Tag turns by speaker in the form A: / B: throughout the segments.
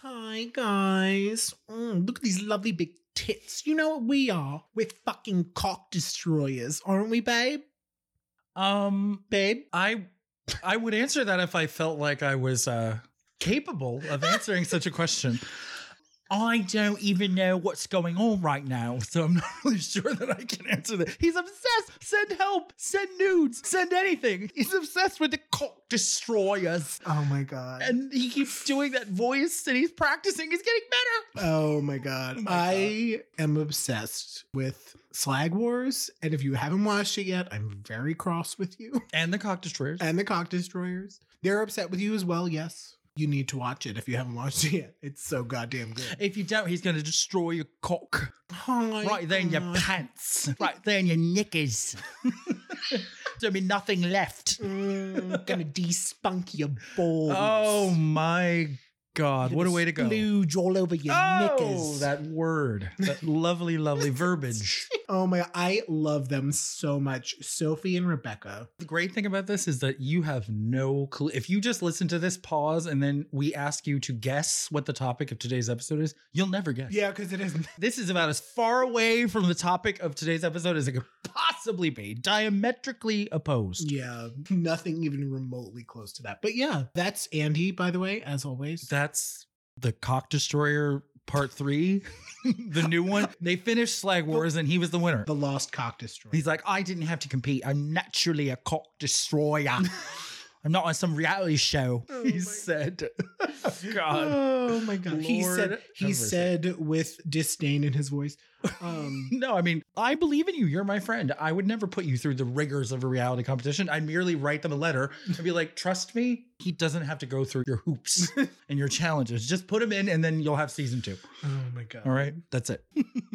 A: Hi guys. Mm, look at these lovely big tits. You know what we are? We're fucking cock destroyers, aren't we, babe?
B: Um,
A: Babe?
B: I I would answer that if I felt like I was uh, capable of answering such a question. I don't even know what's going on right now, so I'm not really sure that I can answer that. He's obsessed. Send help. Send nudes. Send anything. He's obsessed with the cock destroyers,
A: Oh my god.
B: and he keeps doing that voice, and he's practicing. He's getting better.
A: Oh my god.
B: my
A: I am obsessed with Slag Wars, and if you haven't watched it yet, I'm very cross with you.
B: And the cock destroyers.
A: And the Cock Destroyers. They're upset with you as well, yes. You need to watch it if you haven't watched it yet. It's so goddamn good.
B: if you don't, he's going to destroy your cock.
A: Hi,
B: Right there in your
A: guys.
B: pants. Right there in your knickers. There'll be nothing left.
A: Mm, gonna despunk your balls.
B: Oh my God. What a way to go.
A: Splooge all over your
B: Oh,
A: knickers.
B: that word. That lovely, lovely verbiage.
A: oh my! I love them so much, Sophie and Rebecca.
B: The great thing about this is that you have no clue. If you just listen to this pause and then we ask you to guess what the topic of today's episode is, you'll never guess.
A: Yeah, because it is.
B: This is about as far away from the topic of today's episode as it could possibly be, diametrically opposed.
A: Yeah, nothing even remotely close to that. But yeah, that's Andy, by the way, as always.
B: that's the cock destroyer part three the new one they finished slag wars and he was the winner
A: The Lost Cock Destroyer.
B: he's like i didn't have to compete i'm naturally a cock destroyer i'm not on some reality show
A: Oh my-
B: he said god
A: Oh my god! he
B: Lord
A: said. He
B: have mercy.
A: said with disdain in his voice. Um,
B: no, I mean, I believe in you. You're my friend. I would never put you through the rigors of a reality competition. I'd merely write them a letter and be like, trust me, he doesn't have to go through your hoops and your challenges. Just put him in and then you'll have season two.
A: oh my god!
B: All right. That's it.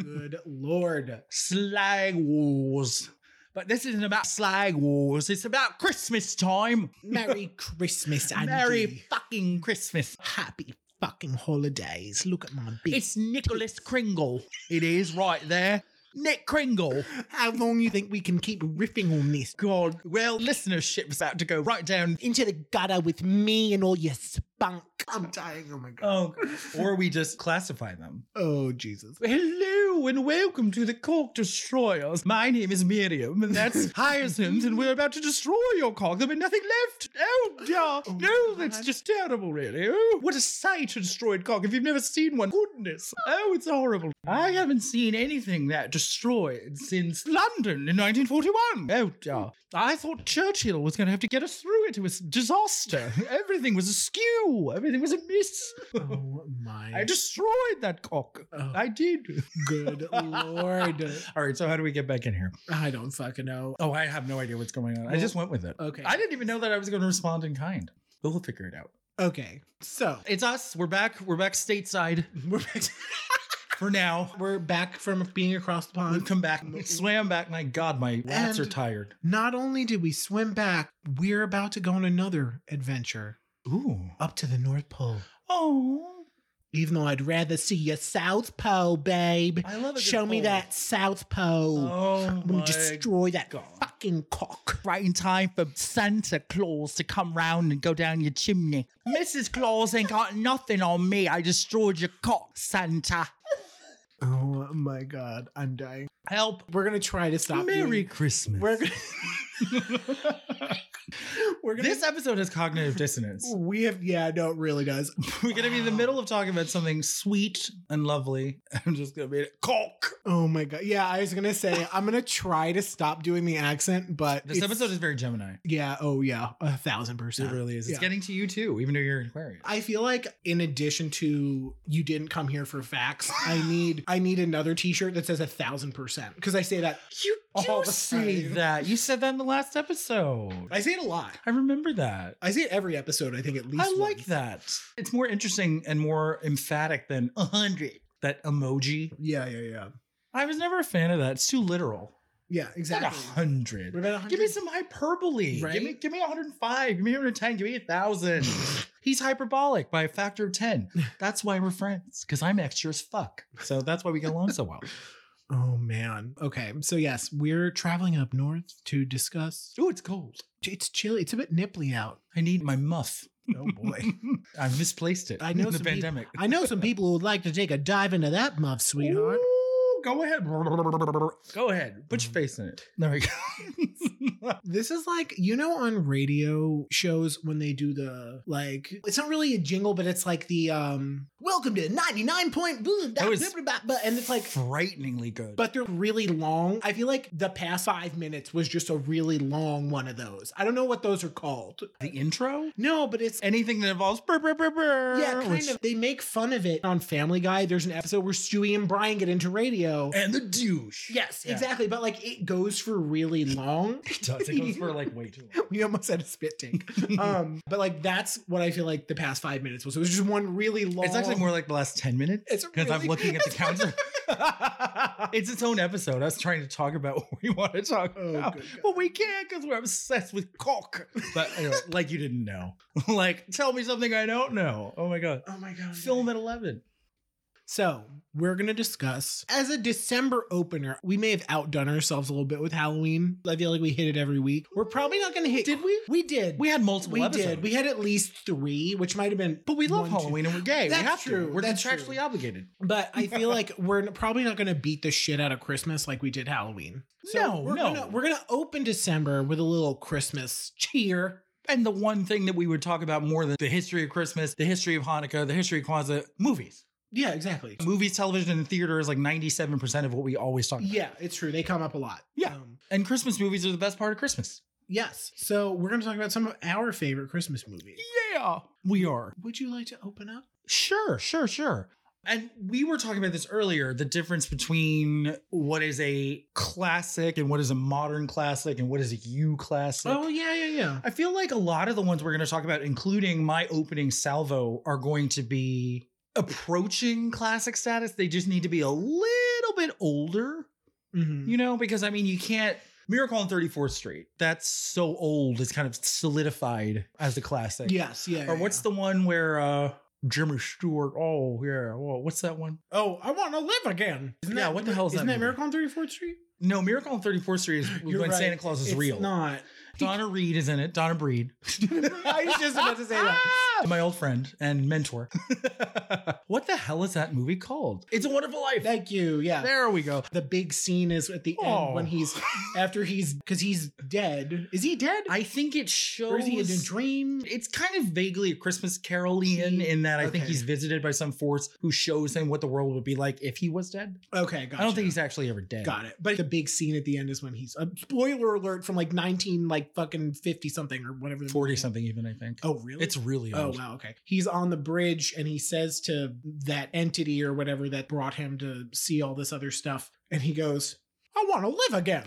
A: Good lord!
B: slag wars. But this isn't about slag wars. It's about Christmas time.
A: Merry Christmas, Andy.
B: Merry fucking Christmas.
A: happy fucking holidays. Look at my bitch.
B: It's Nicholas Kringle. It is right there. Nick Kringle.
A: How long you think we can keep riffing on this?
B: God, well, listenership's about to go right down.
A: Into the gutter with me and all your spunk. I'm dying. Oh my god.
B: Oh, or we just classify them.
A: Oh Jesus.
B: Hello and welcome to the Cork Destroyers. My name is Miriam, and that's Hyacinth, and we're about to destroy your cork. There'll be nothing left. Oh, dear. no, that's
A: God.
B: just terrible, really. Oh, what a sight, a destroyed cork. If you've never seen one, goodness. Oh, it's horrible. I haven't seen anything that destroyed since London in 1941. Oh, dear. I thought Churchill was going to have to get us through it. It was disaster. Everything was askew. Everything was amiss.
A: Oh my.
B: I destroyed that cock.
A: Oh.
B: I did.
A: Good lord.
B: All right, so how do we get back in here?
A: I don't fucking know.
B: Oh, I have no idea what's going on. I just went with it.
A: Okay.
B: I didn't even know that I was going to respond in kind. But we'll figure it out.
A: Okay. So
B: It's us. We're back. We're back stateside
A: we're back,
B: for now.
A: we're back from being across the
B: We've
A: pond.
B: come back. Swam back. My God, my rats
A: And-
B: are tired.
A: Not only did we swim back, we're about to go on another adventure
B: Ooh.
A: up to the North Pole.
B: Oh.
A: Even though I'd rather see your South Pole, babe.
B: I love it.
A: Show me that South Pole.
B: Oh,
A: I'm gonna
B: my
A: destroy that
B: God.
A: fucking cock.
B: Right in time for Santa Claus to come round and go down your chimney. Mrs. Claus ain't got nothing on me. I destroyed your cock, Santa.
A: Oh my god, I'm dying.
B: Help.
A: We're gonna try to stop you.
B: Merry Christmas.
A: We're gonna. We're gonna.
B: this episode has cognitive dissonance.
A: we have yeah, no, it really does.
B: We're going to be in the middle of talking about something sweet and lovely. I'm just going to be like, cock.
A: Oh my god, yeah. I was gonna say I'm gonna try to stop doing the accent, but
B: This
A: it's-
B: episode is very Gemini.
A: yeah, oh yeah, a thousand
B: It
A: percent.
B: really is. It's
A: Yeah.
B: getting to you too, even though you're an Aquarius.
A: I feel like in addition to you didn't come here for facts, I need I need another T-shirt that says a thousand percent because I say that
B: You
A: All the
B: say
A: time.
B: that. You said that in the last episode.
A: I say it a lot.
B: I remember that.
A: I say it every episode. I think at least
B: I like
A: once.
B: that. It's more interesting and more emphatic than a hundred. That emoji.
A: Yeah, yeah, yeah,
B: I was never a fan of that. It's too literal.
A: yeah.
B: Not a
A: Exactly.
B: hundred.
A: What about a
B: Give me
A: hundred?
B: some hyperbole.
A: Right?
B: Give me give me 105. Give me 110. Give me a thousand. He's hyperbolic by a factor of 10. That's why we're friends. Because I'm extra as fuck. So that's why we get along so well.
A: Oh man. Okay. So yes, we're traveling up north to discuss.
B: Oh, it's cold.
A: It's chilly. It's a bit nipply out.
B: I need my muff.
A: Oh boy.
B: I misplaced it.
A: I know
B: in the
A: some people-
B: pandemic.
A: I know some people who would like to take a dive into that muff, sweetheart.
B: Ooh, go ahead. Go ahead. Put your
A: Mm.
B: face in it. There we go.
A: This is like, you know, on radio shows when they do the like it's not really a jingle, but it's like the um welcome to 99 point blah, blah,
B: was-
A: blah, blah, blah, and it's like
B: frighteningly good.
A: but they're really long. I feel like the past five minutes was just a really long one of those. I don't know what those are called.
B: the intro?
A: No, but it's
B: Anything that involves brr, brr, brr, brr,
A: yeah, kind
B: which-
A: of. They make fun of it on Family Guy. There's an episode where Stewie and Brian get into radio.
B: And the douche.
A: Yes,
B: Yeah.
A: exactly. But like it goes for really long.
B: It does. It goes for like way too long.
A: We almost had a spit take. um, but like that's what I feel like the past five minutes was. It was just one really long.
B: It's actually more like the last 10 minutes
A: It's
B: because I'm
A: really-
B: looking at the counter. it's its own episode. I was trying to talk about what we want to talk
A: Oh,
B: about.
A: good God.
B: But we can't because we're obsessed with cock. But anyway, like you didn't know. like, tell me something I don't know. Oh my God.
A: Oh my god.
B: Film at 11.
A: So we're gonna discuss as a December opener. We may have outdone ourselves a little bit with Halloween. I feel like we hit it every week. We're probably not gonna hit.
B: Did we?
A: We did.
B: We had multiple
A: We
B: episodes.
A: did. We had at least three, which might have been.
B: but we love
A: one, two.
B: Halloween and we're gay.
A: That's
B: we have
A: true.
B: to. We're
A: That's
B: contractually
A: true.
B: obligated.
A: But I feel like we're probably not gonna beat the shit out of Christmas like we did Halloween.
B: No,
A: we're
B: no.
A: Gonna, we're gonna open December with a little Christmas cheer.
B: And the one thing that we would talk about more than the history of Christmas, the history of Hanukkah, the history of Kwanzaa, movies.
A: Yeah, exactly.
B: Movies, television, and theater is like 97% of what we always talk about.
A: Yeah, it's true. They come up a lot.
B: Yeah.
A: Um,
B: And Christmas movies are the best part of Christmas.
A: yes. So we're gonna talk about some of our favorite Christmas movies.
B: Yeah. We are.
A: Would you like to open up?
B: Sure, sure, sure. And we were talking about this earlier the difference between what is a classic and what is a modern classic and what is a you classic.
A: Oh yeah, yeah, yeah.
B: I feel like a lot of the ones we're going to talk about, including my opening salvo, are going to be approaching classic status. They just need to be a little bit older,
A: Mhm.
B: you know, because I mean, you can't. Miracle on 34th Street, that's so old, it's kind of solidified as a classic.
A: Yes, yeah.
B: Or what's the one where uh Jimmy Stewart? Oh, yeah. Whoa, what's that one?
A: the? Oh, I want to live again.
B: Yeah, what the hell is
A: isn't
B: that
A: that
B: movie?
A: Miracle on Thirty Fourth Street?
B: No, Miracle on 34th Street is
A: You're
B: when
A: right.
B: Santa Claus is real.
A: Not.
B: Donna Reed is in it. Donna Breed.
A: I was just about to say that.
B: My old friend and mentor. what the hell is that movie called? It's a Wonderful Life.
A: Thank you. Yeah.
B: there we go.
A: The big scene is at the
B: Oh.
A: end when he's after he's because he's dead. Is he dead?
B: I think it shows.
A: or is he in a dream?
B: It's kind of vaguely a Christmas Carolian in that I think
A: Okay.
B: he's visited by some force who shows him what the world would be like if he was dead.
A: Okay, gotcha.
B: I don't think he's actually ever dead.
A: got it. But the big scene at the end is when he's a spoiler alert from like nineteen, like fucking fifty something or whatever. the movie
B: 40
A: is.
B: something, even, I think.
A: Oh really?
B: It's really
A: Oh
B: old.
A: wow, okay. He's on the bridge and he says to that entity or whatever that brought him to see all this other stuff, and he goes, "I want to live again."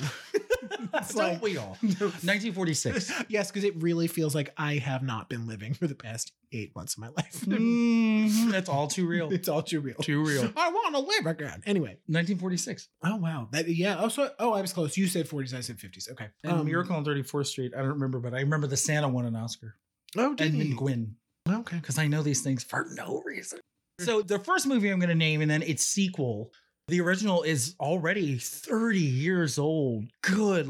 A: It's
B: Don't
A: like-
B: we all? 1946.
A: yes, because it really feels like I have not been living for the past eight months of my life.
B: Mhm, that's all too real.
A: it's all too real.
B: Too real.
A: I want to live again. Anyway,
B: 1946.
A: oh wow, that yeah. Oh, so oh, I was close. You said forties, I said fifties. Okay, Um,
B: And Miracle on 34th Street. I don't remember, but I remember the Santa won an Oscar.
A: Oh, did
B: Edmund
A: he?
B: Gwynn.
A: Okay.
B: Because I know these things for no reason. So the first movie I'm going to name, and then its sequel, the original is already 30 years old. Good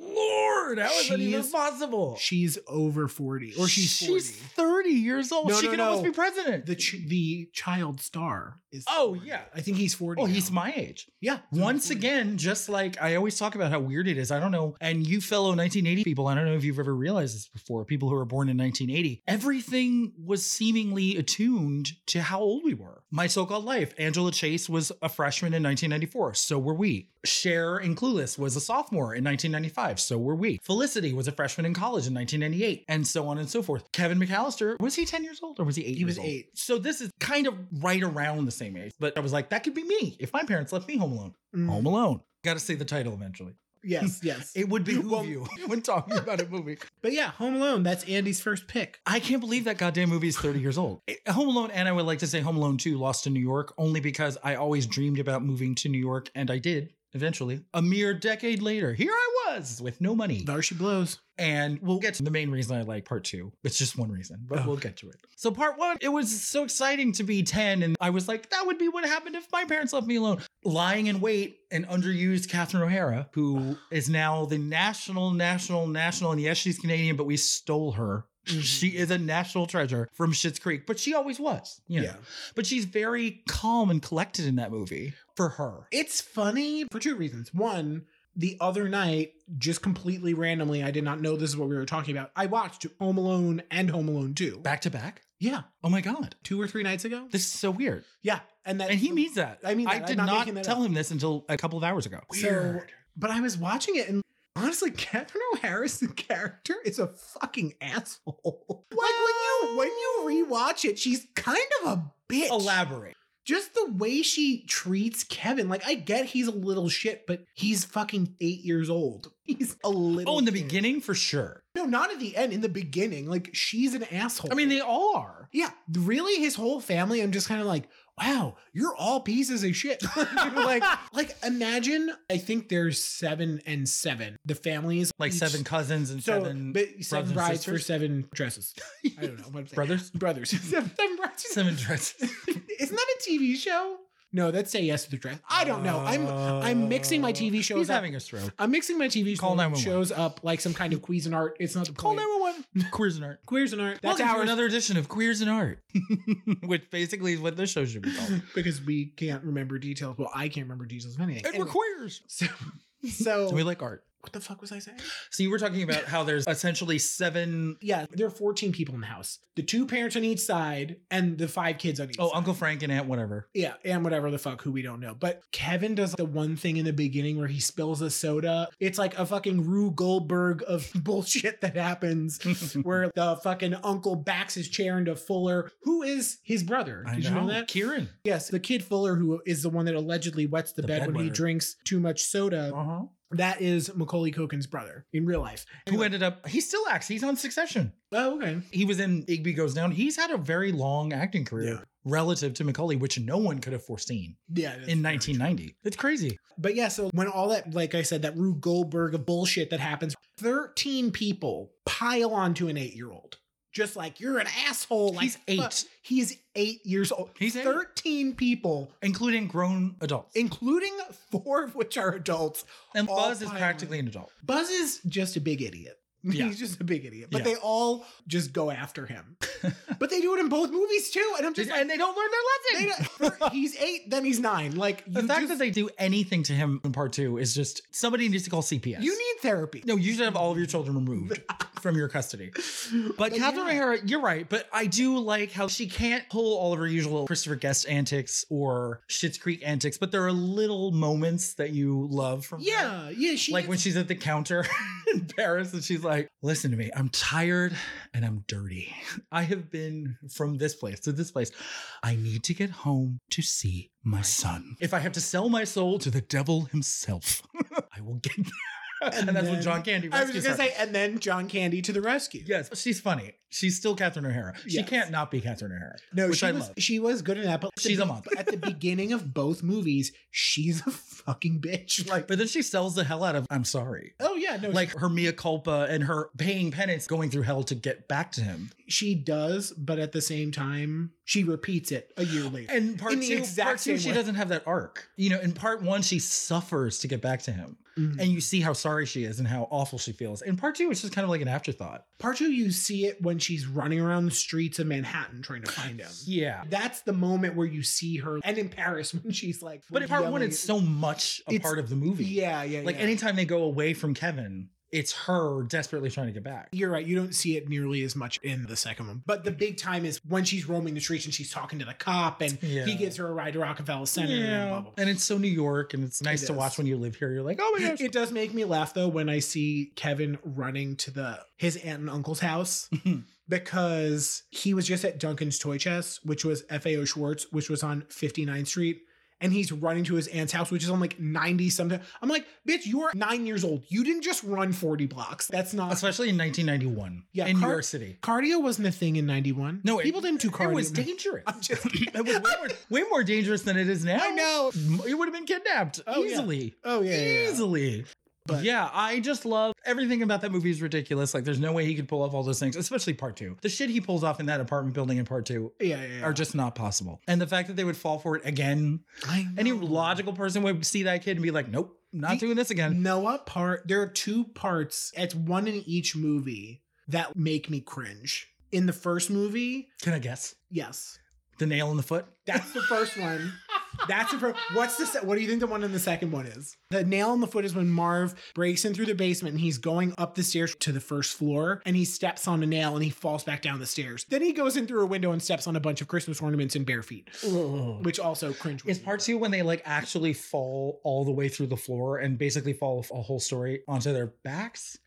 B: lord, how is that
A: She
B: even
A: is-
B: possible?
A: She's over forty, or she's forty.
B: she's 30 years old.
A: No,
B: she
A: no,
B: could
A: no.
B: almost be president.
A: the ch- the child star is.
B: Oh,
A: 40.
B: yeah.
A: I think he's forty.
B: oh, he's
A: now.
B: my age.
A: Yeah.
B: Once again, just like I always talk about how weird it is. I don't know. And you fellow 1980 people, I don't know if you've ever realized this before, people who were born in 1980, everything was seemingly attuned to how old we were. My so called life, Angela Chase was a freshman in 1994. So were we. Cher in Clueless was a sophomore in 1995. So were we. Felicity was a freshman in college in 1998, and so on and so forth. Kevin McAllister, was he 10 years old or was he eight?
A: He was
B: years old?
A: eight.
B: So this is kind of right around the same age. But I was like, that could be me if my parents left me home alone.
A: Mm.
B: Home Alone. Got to say the title eventually.
A: Yes, yes.
B: It would behoove
A: Well-
B: you when talking about a movie.
A: but yeah, Home Alone, that's Andy's first pick.
B: I can't believe that goddamn movie is 30 years old. It- Home Alone, and I would like to say Home Alone 2, Lost in New York, only because I always dreamed about moving to New York, and I did eventually. A mere decade later, here I was with no money.
A: There she blows.
B: And we'll get to the main reason I like part two. It's just one reason, but we'll get to it. So, part one, it was so exciting to be 10. And I was like, that would be what happened if my parents left me alone. Lying in wait and underused Catherine O'Hara, who is now the national, national, national. And yes, she's Canadian, but we stole her. She is a national treasure from Schitt's Creek, but she always was. You know?
A: Yeah.
B: But she's very calm and collected in that movie for her.
A: It's funny for two reasons. One, the other night, just completely randomly, I did not know this is what we were talking about. I watched Home Alone and Home Alone 2.
B: Back to back?
A: Yeah,
B: Oh my God.
A: two or three nights ago.
B: This is so weird.
A: Yeah, and that
B: And he means that.
A: I mean
B: I
A: that. I'm
B: did
A: not
B: not,
A: making that
B: tell
A: up.
B: him this until a couple of hours ago.
A: So- But I was watching it, and honestly, Catherine O'Hara's character is a fucking asshole. Like when you when you rewatch it, she's kind of a bitch.
B: Elaborate.
A: just the way she treats Kevin, like I get he's a little shit, but he's fucking eight years old. He's a little.
B: Oh, in the
A: kid.
B: beginning, for sure.
A: No, not at the end. In the beginning, like she's an asshole.
B: I mean, they all are.
A: yeah, really, his whole family. I'm just kind of like, wow, you're all pieces of shit. like, like imagine. I think there's seven and seven. The families
B: Like
A: each-
B: seven cousins and
A: So,
B: seven
A: but seven
B: brothers and
A: brides for
B: sisters?
A: seven dresses. I don't know what I'm saying.
B: brothers.
A: Brothers, seven brides. for
B: Seven dresses.
A: Isn't that a TV show? No, that's Say Yes to the Dress. I don't know. I'm I'm mixing my TV shows
B: Uh, He's
A: up.
B: having a stroke.
A: I'm mixing my TV
B: Call
A: show
B: 911.
A: shows up like some kind of Cuisinart. It's not the
B: Call
A: point.
B: 911. Queers and art.
A: Queers and art.
B: That's
A: That's
B: Welcome to
A: ours
B: another edition of Queers and Art, which basically is what this show should be called.
A: because we can't remember details. Well, I can't remember details of anything.
B: And we're
A: Anyway,
B: queers.
A: so, so
B: And we like art.
A: what the fuck was I saying?
B: So you were talking about how there's essentially seven.
A: Yeah, there are 14 people in the house. The two parents on each side and the five kids on each
B: Oh,
A: side.
B: Uncle Frank and Aunt whatever.
A: Yeah, and whatever the fuck, who we don't know. But Kevin does the one thing in the beginning where he spills a soda. It's like a fucking Rue Goldberg of bullshit that happens, where the fucking uncle backs his chair into Fuller, who is his brother. Did you know that?
B: Kieran.
A: Yes, the kid Fuller, who is the one that allegedly wets the,
B: The
A: bed, when he
B: bedwetter.
A: drinks too much soda,
B: Uh-huh.
A: that is Macaulay Culkin's brother in real life.
B: Who ended up? He still acts. He's on Succession.
A: Oh, okay.
B: He was in Igby Goes Down. He's had a very long acting career
A: Yeah.
B: relative to Macaulay, which no one could have foreseen
A: Yeah. that's
B: in
A: very true.
B: 1990. It's crazy.
A: But yeah, so when all that, like I said, that Rue Goldberg of bullshit that happens, 13 people pile onto an eight year old. Just like, you're an asshole. Like,
B: He's
A: fuck.
B: eight,
A: He is eight years old.
B: He's eight.
A: 13 people,
B: including grown adults.
A: including four of which are adults.
B: and
A: all
B: Buzz is
A: pile
B: practically an adult.
A: Buzz is just a big idiot.
B: Yeah.
A: He's just a big idiot. But they
B: Yeah.
A: all just go after him. but they do it in both movies too. And I'm just like,
B: and they don't learn their
A: they
B: lesson.
A: don't- he's eight, then he's nine. Like, you,
B: the fact
A: just-
B: that they do anything to him in part two is just somebody needs to call CPS.
A: you need therapy.
B: no, you should have all of your children removed from your custody. But, Catherine
A: yeah.
B: O'Hara, you're right. But I do like how she can't pull all of her usual Christopher Guest antics or Schitt's Creek antics, but there are little moments that you love from her.
A: Yeah, yeah. She
B: like
A: gets-
B: when she's at the counter in Paris and she's like, listen to me, I'm tired and I'm dirty. I have been from this place to this place. I need to get home to see my son. If I have to sell my soul to the devil himself, I will get there. And,
A: And
B: that's when
A: then-
B: John Candy
A: I was
B: rescues
A: just gonna
B: her.
A: say, and then John Candy to the rescue.
B: Yes, she's funny. She's still Catherine O'Hara. She
A: Yes.
B: can't not be Catherine O'Hara.
A: No,
B: Which
A: she
B: I
A: was
B: love.
A: she was good in that, but
B: She's a monster.
A: at the beginning of both movies, she's a fucking bitch. Like,
B: But then she sells the hell out of I'm sorry.
A: oh yeah, no,
B: Like her mea culpa and her paying penance going through hell to get back to him.
A: she does, but at the same time, she repeats it a year later.
B: And part
A: In the
B: two,
A: exact
B: part two
A: same
B: she
A: way.
B: doesn't have that arc. You know, in part one, she suffers to get back to him.
A: Mhm.
B: And you see how sorry she is and how awful she feels. In part two, it's just kind of like an afterthought.
A: Part two, you see it when she's running around the streets of Manhattan trying to find him.
B: Yeah.
A: That's the moment where you see her, and in Paris when she's like,
B: But in part one,
A: yelling-
B: it's so much a
A: It's-
B: part of the movie.
A: yeah, yeah,
B: Like
A: yeah.
B: anytime they go away from Kevin, it's her desperately trying to get back.
A: You're right. You don't see it nearly as much in the second one. But the big time is when she's roaming the streets and she's talking to the cop and
B: Yeah.
A: he gives her a ride to Rockefeller Center and blah, blah, blah.
B: And it's so New York and it's nice
A: It
B: to
A: is.
B: watch when you live here. You're like, oh my gosh.
A: It does make me laugh though when I see Kevin running to the his aunt and uncle's house
B: Mm-hmm.
A: because he was just at Duncan's Toy Chest, which was FAO Schwartz, which was on 59th Street. And he's running to his aunt's house, which is on like 90 something. I'm like, bitch, you're nine years old. You didn't just run 40 blocks. That's not
B: Especially in 1991
A: Yeah,
B: in
A: car-
B: New York City.
A: cardio wasn't a thing in 91.
B: No, it-
A: people didn't do
B: It
A: cardio.
B: was
A: man.
B: dangerous.
A: I'm just
B: it was way more, way more dangerous than it is now.
A: I know.
B: You would have been kidnapped
A: Oh, yeah.
B: easily.
A: Oh yeah, yeah, yeah.
B: Easily.
A: But-
B: yeah, I just love everything about that movie is ridiculous. Like there's no way he could pull off all those things, especially part two. The shit he pulls off in that apartment building in part two
A: yeah, yeah, yeah.
B: are just not possible. And the fact that they would fall for it again.
A: I
B: Any
A: know.
B: logical person would see that kid and be like, Nope, not
A: The-
B: doing this again.
A: Noah part. There are two parts. It's one in each movie that make me cringe. In the first movie,
B: Can I guess?
A: yes,
B: The nail in the foot?
A: that's the first one. That's the first. What's the? se- What do you think the one in the second one is? The nail in the foot is when Marv breaks in through the basement and he's going up the stairs to the first floor and he steps on a nail and he falls back down the stairs. Then he goes in through a window and steps on a bunch of Christmas ornaments in bare feet,
B: Ugh.
A: which also cringe.
B: Is part two when they like actually fall all the way through the floor and basically fall a whole story onto their backs?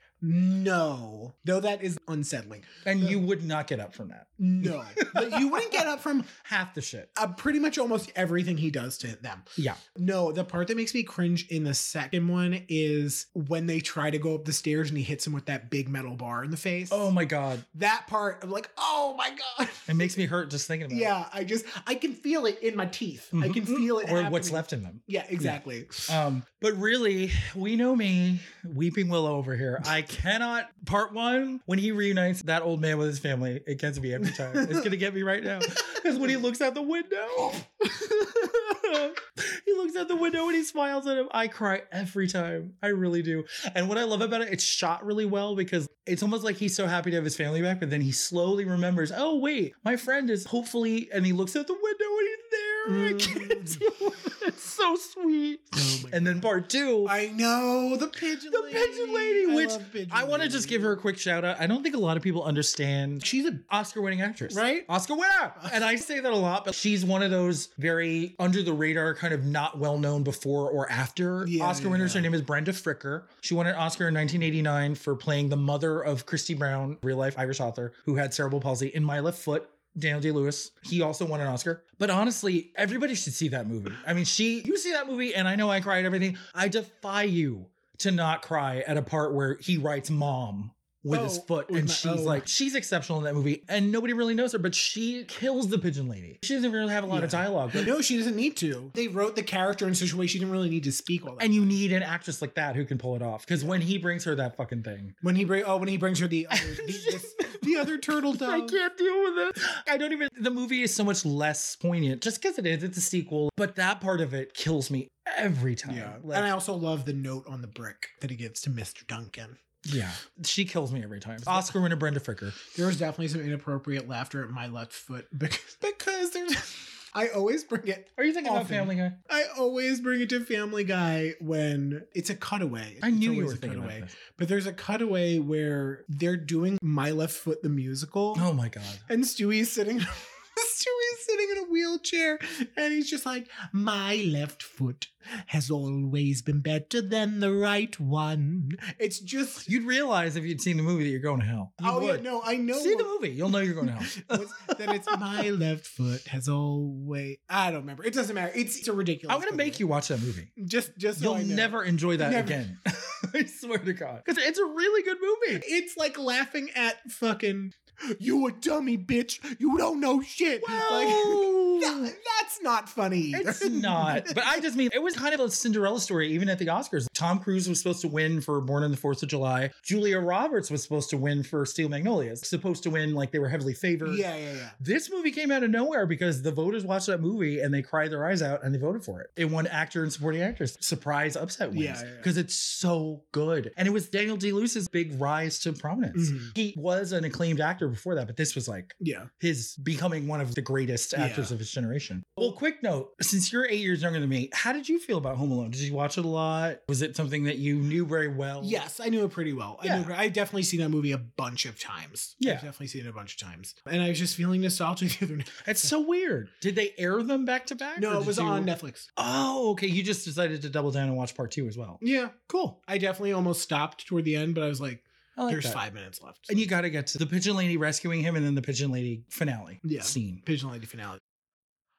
A: No, though that is unsettling.
B: And you would not get up from that.
A: No, but you wouldn't get up from
B: Half the shit.
A: uh, pretty much almost everything he does to them.
B: Yeah.
A: No, the part that makes me cringe in the second one is when they try to go up the stairs and he hits him with that big metal bar in the face.
B: Oh my God.
A: that part, I'm like, oh my god.
B: It makes me hurt just thinking about it.
A: Yeah, I just I can feel it in my teeth. I
B: Mhm.
A: can feel it.
B: Or what's
A: happening.
B: left in them.
A: Yeah, exactly.
B: Um, but really, we know me, Weeping Willow over here. I cannot. Part one, when he reunites that old man with his family, it gets me every time. It's gonna get me right now because when he looks out the window, he looks out the window and he smiles at him. I cry every time. I really do. And what I love about it, it's shot really well because it's almost like he's so happy to have his family back, but then he slowly remembers, oh wait, my friend is hopefully, and he looks out the window and he's there. I can't do it. It's so sweet.
A: Oh my
B: and then part two, I,
A: I know the pigeon.
B: The
A: lady.
B: pigeon lady,
A: I
B: which
A: love pigeon
B: want to just
A: lady.
B: give her a quick shout out. I don't think a lot of people understand.
A: She's a
B: Oscar winning actress.
A: Right?
B: Oscar winner. And I say that a lot, but she's one of those very under the radar, kind of not well known before or after
A: Yeah,
B: Oscar
A: yeah,
B: winners.
A: yeah.
B: Her name is Brenda Fricker. She won an Oscar in 1989 for playing the mother of Christy Brown, real life Irish author who had cerebral palsy in My Left Foot. Daniel Day Lewis, he also won an Oscar. But honestly, everybody should see that movie. I mean, she, you see that movie, and I know I cried everything. I defy you to not cry at a part where he writes mom with his
A: Oh,
B: foot
A: with
B: and
A: my-
B: she's
A: oh.
B: like she's exceptional in that movie and nobody really knows her but she kills the pigeon lady she doesn't really have a lot of
A: Yeah.
B: dialogue but,
A: No, she doesn't need to. They wrote the character in such a way she didn't really need to speak all that.
B: and you need an actress like that who can pull it off because when he brings her that fucking thing
A: when he bring, oh, when he brings her the other, the, this- the other turtle
B: I
A: dove.
B: can't deal with it. I don't even. The movie is so much less poignant just because it is. It's a sequel, but that part of it kills me every time.
A: Yeah,
B: Like,
A: and I also love the note on the brick that he gives to Mr. Duncan.
B: yeah. She kills me every time. Oscar winner Brenda Fricker.
A: There was definitely some inappropriate laughter at my left foot because because there's. I always bring it.
B: Are you thinking about
A: Often.
B: Family Guy?
A: I always bring it to Family Guy when it's a cutaway.
B: I knew
A: It's
B: you
A: always
B: were
A: a
B: thinking about this.
A: But there's a cutaway where they're doing My Left Foot the musical.
B: Oh my god.
A: and Stewie's sitting Stewie's sitting in a wheelchair and he's just like my left foot has always been better than the right one. It's just
B: You'd realize if you'd seen the movie that you're going to hell. You
A: Oh yeah,
B: would.
A: no, I know
B: See the movie. You'll know you're going to hell.
A: was that it's my left foot has always I don't remember. It doesn't matter. It's, it's a ridiculous.
B: I'm going to make you watch that movie.
A: just just so
B: You'll
A: I know.
B: never enjoy that
A: Never.
B: again. I swear to God. Because it's a really good movie.
A: It's like laughing at fucking you a dummy bitch. You don't know shit. like that- that's not funny. either.
B: It's not. But I just mean, it was kind of a Cinderella story, even at the Oscars. Tom Cruise was supposed to win for Born on the Fourth of July. Julia Roberts was supposed to win for Steel Magnolias, supposed to win, like they were heavily favored.
A: Yeah, yeah, yeah.
B: This movie came out of nowhere because the voters watched that movie and they cried their eyes out and they voted for it. It won actor and supporting actress. Surprise upset wins
A: Yeah, yeah, yeah.
B: because it's so good. And it was Daniel Day Lewis's big rise to prominence.
A: Mhm.
B: He was an acclaimed actor before that, but this was like
A: Yeah.
B: his becoming one of the greatest actors
A: Yeah.
B: of his generation. Well, quick note since you're eight years younger than me, how did you feel about Home Alone? Did you watch it a lot? Was it something that you knew very well?
A: Yes, I knew it pretty well. I
B: Um, Yeah.
A: knew, it- I've definitely seen that movie a bunch of times.
B: Yeah.
A: I've definitely seen it a bunch of times. And I was just feeling nostalgic the other night.
B: It's so weird. Did they air them back to back? or
A: No, it
B: did
A: was
B: you-
A: on Netflix.
B: Oh, okay. You just decided to double down and watch part two as well.
A: Yeah.
B: Cool.
A: I definitely almost stopped toward the end, but I was like,
B: I like
A: there's
B: that.
A: five minutes left.
B: And you got to get to the pigeon lady rescuing him and then the pigeon lady finale
A: Yeah.
B: scene.
A: Pigeon Lady finale.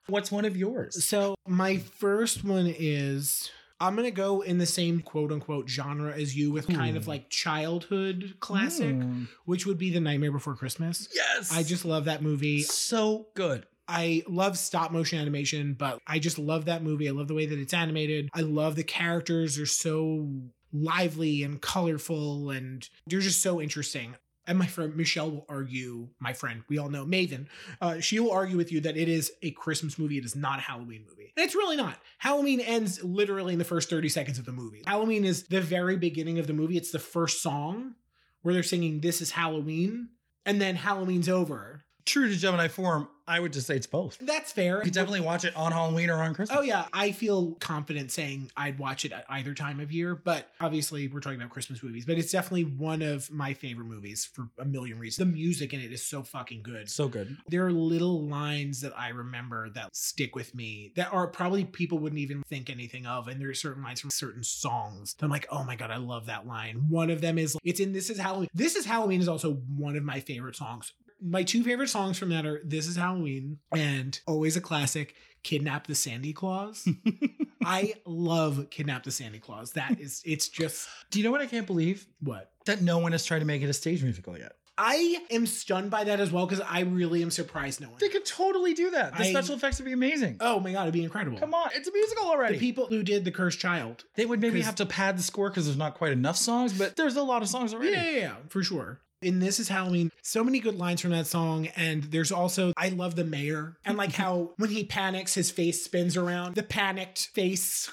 B: What's one of yours?
A: So my first one is I'm gonna go in the same quote unquote genre as you with kind of
B: Hmm.
A: like childhood classic,
B: Mm.
A: which would be The Nightmare Before Christmas.
B: Yes.
A: I just love that movie.
B: so good.
A: I love stop motion animation, but I just love that movie. I love the way that it's animated. I love the characters are so lively and colorful and they're just so interesting. And my friend Michelle will argue, my friend, we all know Maven, uh, she will argue with you that it is a Christmas movie. It is not a Halloween movie. And it's really not. Halloween ends literally in the first 30 seconds of the movie. Halloween is the very beginning of the movie. It's the first song, where they're singing "This is Halloween" and then Halloween's over.
B: True to Gemini form, I would just say it's both.
A: That's fair.
B: You could definitely watch it on Halloween or on Christmas.
A: Oh yeah, I feel confident saying I'd watch it at either time of year, but obviously we're talking about Christmas movies, but it's definitely one of my favorite movies for a million reasons. The music in it is so fucking good.
B: So good.
A: There are little lines that I remember that stick with me that are probably people wouldn't even think anything of. And there are certain lines from certain songs that I'm like, oh my God, I love that line. One of them is, it's in This Is Halloween. This Is Halloween is also one of my favorite songs. My two favorite songs from that are This Is Halloween and always a classic, Kidnap the Sandy Claus. I love Kidnap the Sandy Claus. That is, it's just
B: Do you know what I can't believe?
A: what?
B: That no one has tried to make it a stage musical yet.
A: I am stunned by that as well because I really am surprised no one.
B: They could totally do that. The
A: I-
B: special effects would be amazing.
A: Oh my god, it'd be incredible.
B: Come on, it's a musical already.
A: The people who did The Cursed Child.
B: they would maybe
A: 'cause-
B: have to pad the score because there's not quite enough songs, but there's a lot of songs already.
A: Yeah, yeah, yeah, for sure. And this is Halloween. So many good lines from that song. And there's also, I love the mayor and like how when he panics, his face spins around. The panicked face.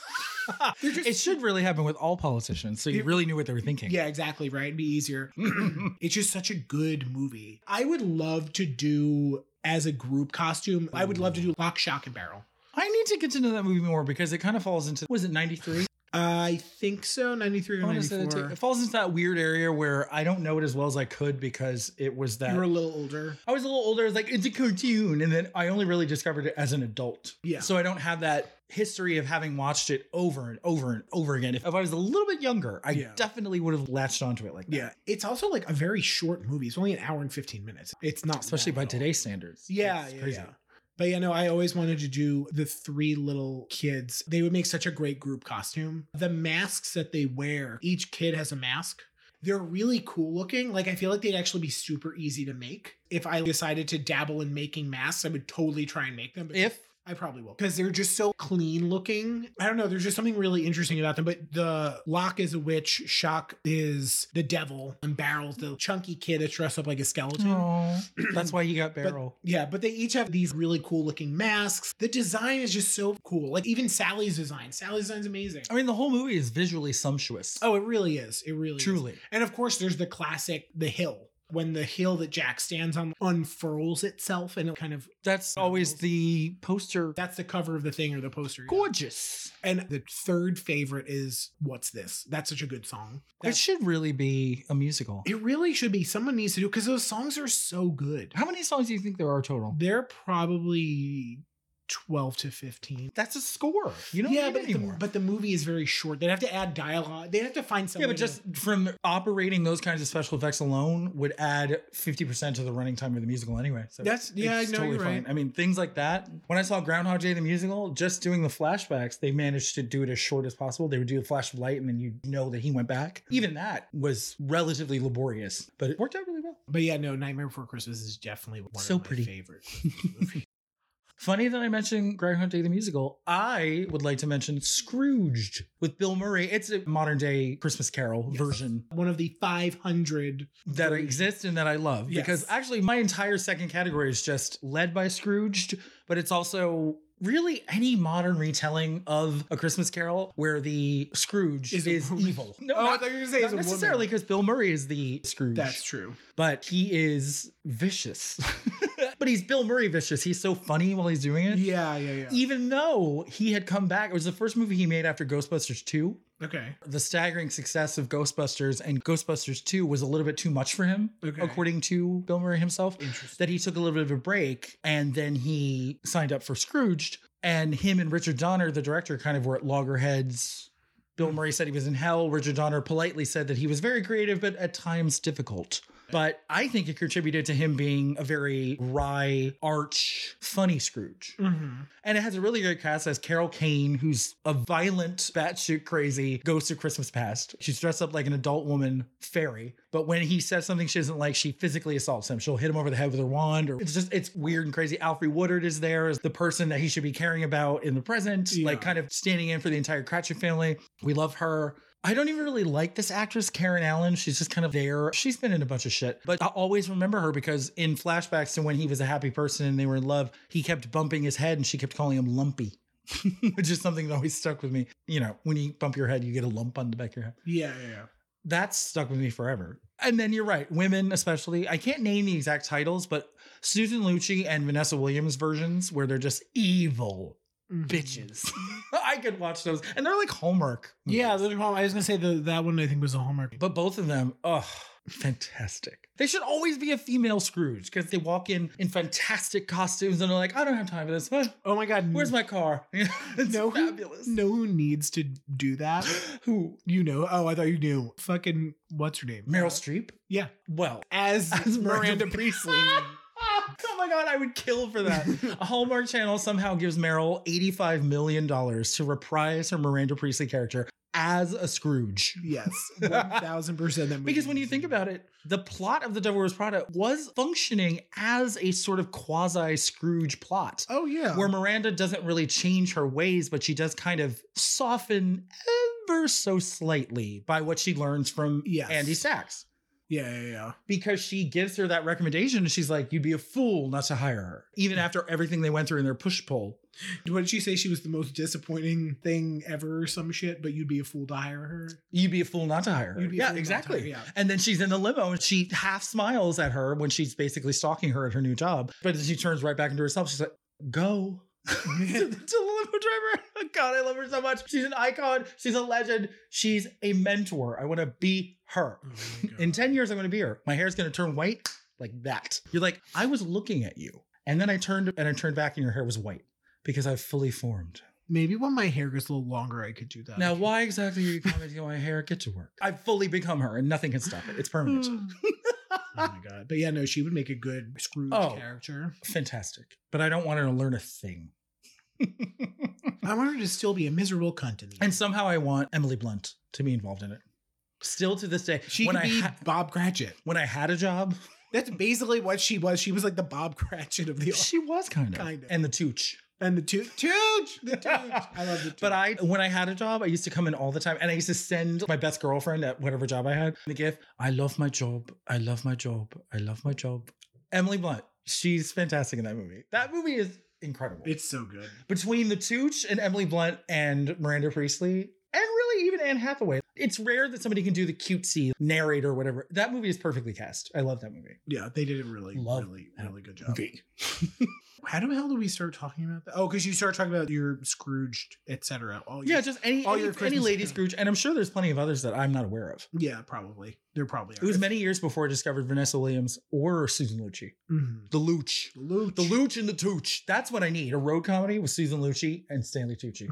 A: They're just-
B: it should really happen with all politicians, so you
A: It-
B: really knew what they were thinking.
A: Yeah, exactly, right? It'd be easier. it's just such a good movie. I would love to do as a group costume, I would love to do Lock, Shock, and Barrel.
B: I need to get to know that movie more because it kind of falls into was it 93?
A: I think so, 93
B: I
A: or
B: wanna say that
A: 94.
B: too. It falls into that weird area where I don't know it as well as I could because it was that
A: You were a little older.
B: I was a little older. I was like, it's a cartoon. And then I only really discovered it as an adult.
A: Yeah.
B: So I don't have that history of having watched it over and over and over again. If, if I was a little bit younger, I
A: Yeah.
B: definitely would have latched onto it like that.
A: Yeah. It's also like a very short movie. It's only an hour and 15 minutes. It's not
B: Especially
A: long
B: by
A: at all.
B: today's standards.
A: Yeah,
B: It's
A: yeah, yeah. But yeah, no, I always wanted to do the three little kids. They would make such a great group costume. The masks that they wear, each kid has a mask. They're really cool looking. Like I feel like they'd actually be super easy to make. If I decided to dabble in making masks, I would totally try and make them. But
B: If
A: I probably will because they're just so clean looking. I don't know. There's just something really interesting about them. But the lock is a witch, shock is the devil, and barrels the chunky kid that's dressed up like a skeleton.
B: oh, that's why you got Barrel.
A: Yeah, but they each have these really cool looking masks. The design is just so cool. Like even Sally's design. Sally's design's amazing.
B: I mean, the whole movie is visually sumptuous.
A: Oh, it really is. It really is.
B: truly.
A: And of course, there's the classic the hill. When the hill that Jack stands on unfurls itself and it kind of
B: That's always the poster.
A: that's the cover of the thing or the poster.
B: Gorgeous.
A: And the third favorite is What's This? That's such a good song.
B: It
A: That's,
B: should really be a musical.
A: it really should be. Someone needs to do because those songs are so good.
B: How many songs do you think there are total?
A: They're probably 12 to 15.
B: That's a score. You don't need
A: but
B: anymore.
A: The, but the movie is very short. They'd have to add dialogue. They'd have to find some.
B: Yeah,
A: way
B: but
A: to-
B: just from operating those kinds of special effects alone would add 50% to the running time of the musical anyway. So
A: That's- yeah,
B: it's
A: I know, you're right.
B: I mean, things like that. When I saw Groundhog Day, the musical, just doing the flashbacks, they managed to do it as short as possible. They would do a flash of light and then you know that he went back. Even that was relatively laborious, but it worked out really well.
A: But yeah, no. Nightmare Before Christmas is definitely one
B: So
A: of my
B: pretty.
A: favorite Christmas movies.
B: Funny that I mentioned Groundhog Day, the musical. I would like to mention Scrooged with Bill Murray. It's a modern day Christmas Carol
A: Yes.
B: version
A: One of the five hundred.
B: that exist and that I love
A: Yes.
B: because actually my entire second category is just led by Scrooged, but it's also really any modern retelling of a Christmas Carol where the Scrooge
A: Is
B: is,
A: a woman.
B: evil. No,
A: No, oh, I
B: not,
A: thought you were gonna say
B: not
A: it's a woman.
B: necessarily because Bill Murray is the Scrooge,
A: That's true.
B: but he is vicious. but he's Bill Murray vicious. He's so funny while he's doing it.
A: Yeah, yeah, yeah.
B: Even though he had come back, it was the first movie he made after Ghostbusters 2
A: Okay.
B: the staggering success of Ghostbusters and Ghostbusters 2 was a little bit too much for him,
A: Okay.
B: according to Bill Murray himself,
A: Interesting.
B: that he took a little bit of a break and then he signed up for Scrooged. And him and Richard Donner, the director, kind of were at loggerheads. Bill
A: Hmm.
B: Murray said he was in hell. Richard Donner politely said that he was very creative, but at times difficult. But I think it contributed to him being a very wry, arch, funny Scrooge.
A: hmm
B: And it has a really great cast as Carol Kane, who's a violent, batshit crazy ghost of Christmas past. She's dressed up like an adult woman fairy, but when he says something she doesn't like, she physically assaults him. She'll hit him over the head with her wand, or it's just it's weird and crazy. Alfred Woodard is there as the person that he should be caring about in the present,
A: Yeah.
B: like kind of standing in for the entire Cratchit family. We love her. I don't even really like this actress, Karen Allen. She's just kind of there. She's been in a bunch of shit, but I always remember her because in flashbacks to when he was a happy person and they were in love, he kept bumping his head and she kept calling him lumpy, which is something that always stuck with me. You know, when you bump your head, you get a lump on the back of your head.
A: Yeah, yeah, yeah.
B: that's stuck with me forever. And then you're right, women especially. I can't name the exact titles, but Susan Lucci and Vanessa Williams versions where they're just evil
A: Mm-hmm.
B: bitches. I could watch those, and they're like homework.
A: Yeah,
B: movies.
A: those are I was gonna say the, that one I think was a hallmark.
B: But both of them, oh, fantastic. They should always be a female Scrooge because they walk in in fantastic costumes and they're like, I don't have time for this. Huh,
A: oh my god,
B: Where's my car? it's
A: No.
B: fabulous.
A: know who needs to do that?
B: Who?
A: You know? Oh, I thought you knew. Fucking what's her name?
B: Meryl Streep?
A: Yeah,
B: Well,
A: as,
B: As Miranda
A: Miranda Priestley.
B: oh my God, I would kill for that. A Hallmark Channel somehow gives Meryl $85 million to reprise her Miranda Priestley character as a Scrooge.
A: yes, one thousand percent. That movie
B: Because when
A: was
B: you think
A: amazing.
B: about it, the plot of The Devil Wears Prada was functioning as a sort of quasi Scrooge plot.
A: oh yeah,
B: Where Miranda doesn't really change her ways, but she does kind of soften ever so slightly by what she learns from
A: Yes.
B: Andy Sachs.
A: yeah, yeah, yeah.
B: Because she gives her that recommendation and she's like, You'd be a fool not to hire her, even after everything they went through in their push pull.
A: What did she say? She was the most disappointing thing ever, or some shit. But you'd be a fool to hire her.
B: You'd be a fool not to hire her.
A: You'd be a
B: yeah,
A: fool not to
B: exactly.
A: hire, yeah.
B: And then she's in the limo and she half smiles at her when she's basically stalking her at her new job. But then she turns right back into herself. She's like, go. to the to the limo driver. Oh, God, I love her so much. She's an icon. She's a legend. She's a mentor. I want to be her.
A: Oh my God.
B: In 10 years, I'm going to be her. My hair's going to turn white like that. You're like, I was looking at you. And then I turned and I turned back and your hair was white because I've fully formed.
A: Maybe when my hair gets a little longer, I could do that.
B: Now, why exactly are you commenting on my hair? Get to work. I've fully become her and nothing can stop it. It's permanent.
A: oh my god! But yeah, no, she would make a good Scrooge
B: Hmm. Oh.
A: character.
B: Fantastic. But I don't want her to learn a thing.
A: I want her to still be a miserable cunt in the
B: And somehow I want Emily Blunt to be involved in it. Still to this day.
A: She
B: when
A: could
B: I
A: be
B: ha-
A: Bob Cratchit.
B: when I had a job,
A: That's basically what she was. She was like the Bob Cratchit of the
B: she was kind of.
A: Kind of.
B: And the tooch.
A: and the tooch, tooch, the tooch. I love the tooch.
B: But I, when I had a job, I used to come in all the time, and I used to send my best girlfriend at whatever job I had the gift. I love my job. I love my job. I love my job. Emily Blunt. She's fantastic in that movie. That movie is incredible.
A: it's so good.
B: between the Tooch and Emily Blunt and Miranda Priestley, and really even Anne Hathaway. It's rare that somebody can do the cutesy narrator, or whatever. That movie is perfectly cast. I love that movie.
A: Yeah, they did a really,
B: Love
A: really,
B: that
A: really good job. How the hell do we start talking about that? Oh, because you start talking about your Scrooged, etc. Oh,
B: Yeah, just any
A: All
B: any,
A: your
B: any
A: Christmas
B: Lady
A: films.
B: Scrooge, and I'm sure there's plenty of others that I'm not aware of.
A: yeah, probably. There probably are.
B: It was many years before I discovered Vanessa Williams or Susan Lucci.
A: Mhm.
B: The Looch.
A: The Looch.
B: The Looch and the Tooch. That's what I need. A road comedy with Susan Lucci and Stanley Tucci.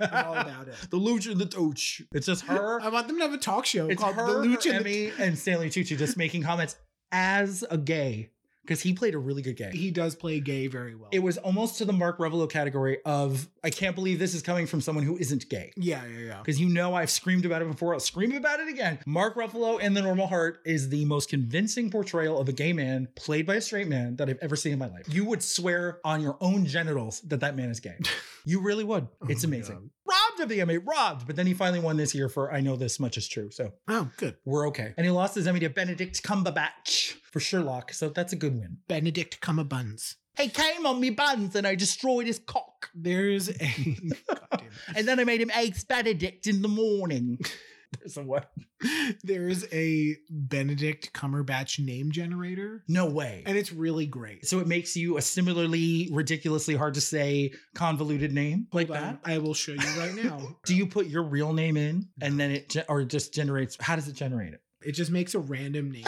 A: I'm all about it.
B: the Looch and the Tooch. It's just her
A: I want them to have a talk show
B: It's
A: called
B: her,
A: The Looch and the
B: Emmy, and Stanley Tucci just making comments as a gay because he played a really good gay.
A: He does play gay very well.
B: it was almost to the Mark Ruffalo category of I can't believe this is coming from someone who isn't gay.
A: yeah, yeah, yeah.
B: Because you know I've screamed about it before, I'll scream about it again. Mark Ruffalo in The Normal Heart is the most convincing portrayal of a gay man played by a straight man that I've ever seen in my life. You would swear on your own genitals that that man is gay. you really would.
A: Oh
B: It's
A: my
B: amazing. Robbed of the Emmy, robbed. But then he finally won this year for I Know This Much Is True. So
A: Oh, good.
B: we're okay. And he lost his Emmy to Benedict Cumberbatch for Sherlock, so that's a good win.
A: Benedict Cumberbuns.
B: He came on me buns and I destroyed his cock.
A: There's a God damn it.
B: And then I made him eggs Benedict in the morning. There's a what?
A: there is a Benedict Cumberbatch name generator,
B: No way.
A: and it's really great.
B: so it makes you a similarly ridiculously hard to say convoluted name like
A: Hold on,
B: that.
A: Um, I will show you right now.
B: Do you put your real name in and then it ge- or it just generates? How does it generate
A: It just makes a random name.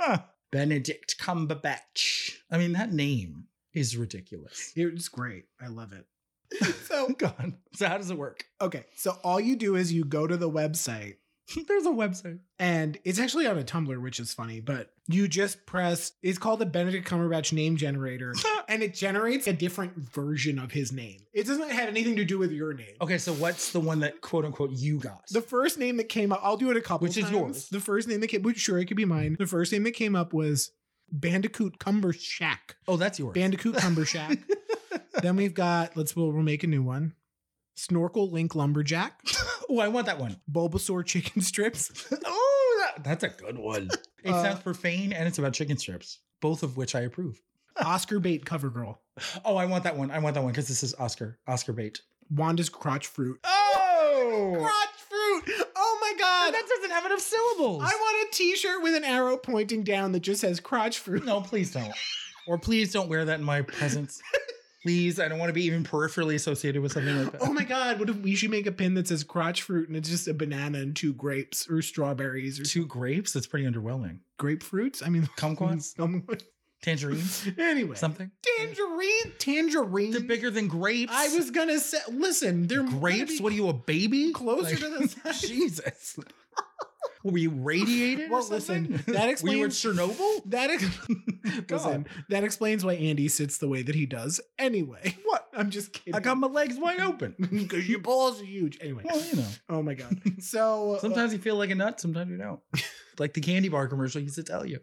B: it? Benedict Cumberbatch. I mean, that name is ridiculous.
A: It's great. I love it. So
B: God. So how does it work?
A: okay, so all you do is you go to the website,
B: There's a website.
A: and it's actually on a Tumblr, which is funny. But you just press. It's called the Benedict Cumberbatch name generator, and it generates a different version of his name. It doesn't have anything to do with your name.
B: okay, so what's the one that quote unquote you got?
A: The first name that came up, I'll do it a couple
B: Which is
A: times.
B: yours.
A: The first name that came, which sure it could be mine. The first name that came up was Bandicoot Cumbershack.
B: oh, that's yours.
A: Bandicoot Cumbershack. then we've got, let's we'll, we'll make a new one. Snorkel Link Lumberjack,
B: oh, I want that one.
A: Bulbasaur Chicken Strips.
B: oh, that, that's a good one. It
A: Uh,
B: sounds profane and it's about chicken strips, both of which I approve.
A: Oscar Bait Cover Girl,
B: Oh, I want that one. I want that one because this is Oscar, Oscar bait.
A: Wanda's Crotch Fruit.
B: Oh,
A: Crotch Fruit! Oh my god!
B: that doesn't have enough syllables.
A: I want a T-shirt with an arrow pointing down that just says crotch fruit.
B: no, please don't. Or please don't wear that in my presence. please, I don't want to be even peripherally associated with something like that.
A: Oh my god! What if we should make a pin that says crotch fruit and it's just a banana and two grapes or strawberries or
B: Two grapes? That's pretty underwhelming.
A: grapefruits? I mean,
B: Kumquats?
A: um,
B: Tangerines?
A: anyway,
B: Something?
A: tangerine, tangerine.
B: They're bigger than grapes.
A: I was gonna say, listen, they're gonna
B: grapes?
A: be
B: What are you, a baby?
A: closer
B: Like-
A: to the side.
B: Jesus. Were you radiated?
A: Well,
B: or something?
A: listen, that
B: Were you in
A: explains-
B: Chernobyl?
A: That ex- listen, that explains why Andy sits the way that he does. Anyway,
B: What?
A: I'm just kidding.
B: I got my legs wide open.
A: because your balls are huge. Anyway,
B: Well, you know.
A: oh my god. So uh,
B: Sometimes you feel like a nut, sometimes you don't. like the candy bar commercial used to tell you.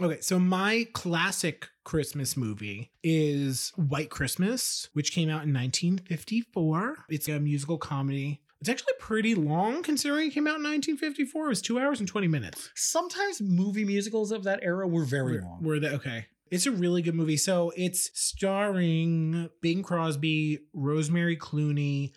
A: Okay, so my classic Christmas movie is White Christmas, which came out in 1954. It's a musical comedy. It's actually pretty long considering it came out in 1954. It was two hours and 20 minutes.
B: Sometimes movie musicals of that era were very
A: Were-
B: long.
A: Were the okay. It's a really good movie. So it's starring Bing Crosby, Rosemary Clooney,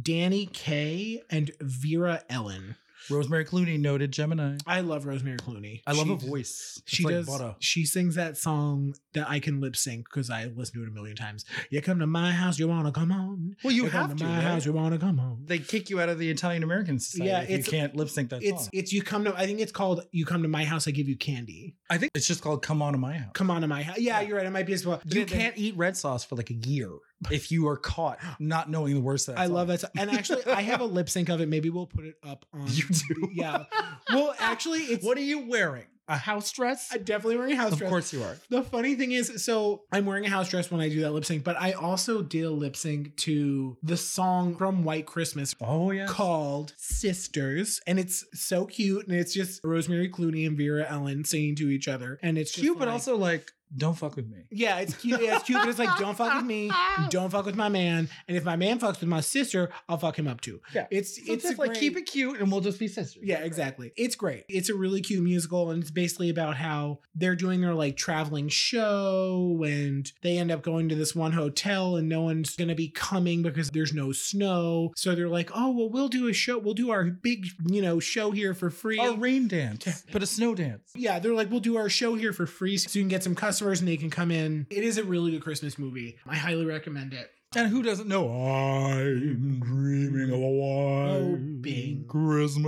A: Danny Kaye, and Vera Ellen.
B: Rosemary Clooney noted Gemini.
A: I love Rosemary Clooney.
B: I love
A: She-
B: her voice. It's
A: She
B: like
A: does.
B: butter.
A: She sings that song that I can lip sync because I listen to it a million times. You come to my house, you wanna come on.
B: Well, you
A: come
B: have to.
A: my
B: right?
A: house, you wanna come on.
B: They kick you out of the Italian American society.
A: Yeah,
B: Yeah,
A: it's-
B: you can't lip sync that
A: It's
B: song.
A: it's you come to. I think it's called you come to my house. I give you candy.
B: I think it's just called "Come On to My House."
A: Come on to my house. Yeah, you're right. It might be as well. Then-
B: You can't eat red sauce for like a year if you are caught not knowing the worst. Of that
A: I
B: song.
A: love that. song. And actually, I have a lip sync of it. Maybe we'll put it up on.
B: You do?
A: Yeah. Well, actually, it's.
B: What are you wearing? A house dress?
A: I definitely wearing a house
B: of
A: dress.
B: course you are.
A: The funny thing is, so I'm wearing a house dress when I do that lip sync, but I also did a lip sync to the song from White Christmas
B: Oh yeah.
A: called Sisters. And it's so cute. And it's just Rosemary Clooney and Vera Ellen singing to each other. And it's just
B: cute, but
A: like-
B: also like, don't fuck with me.
A: Yeah, it's cute. Yeah, it's cute, but it's like, don't fuck with me. Don't fuck with my man. And if my man fucks with my sister, I'll fuck him up too.
B: Yeah.
A: It's
B: It's,
A: it's a
B: just like
A: great-
B: keep it cute, and we'll just be sisters.
A: Yeah, exactly. It's great. It's a really cute musical, and it's basically about how they're doing their like traveling show, and they end up going to this one hotel, and no one's gonna be coming because there's no snow. So they're like, "Oh, well, we'll do a show. We'll do our big, you know, show here for free."
B: A rain dance, but a snow dance.
A: yeah, they're like, we'll do our show here for free so you can get some customers and they can come in. It is a really good Christmas movie. I highly recommend it.
B: And who doesn't know? I'm dreaming of a white
A: Oh, Bing.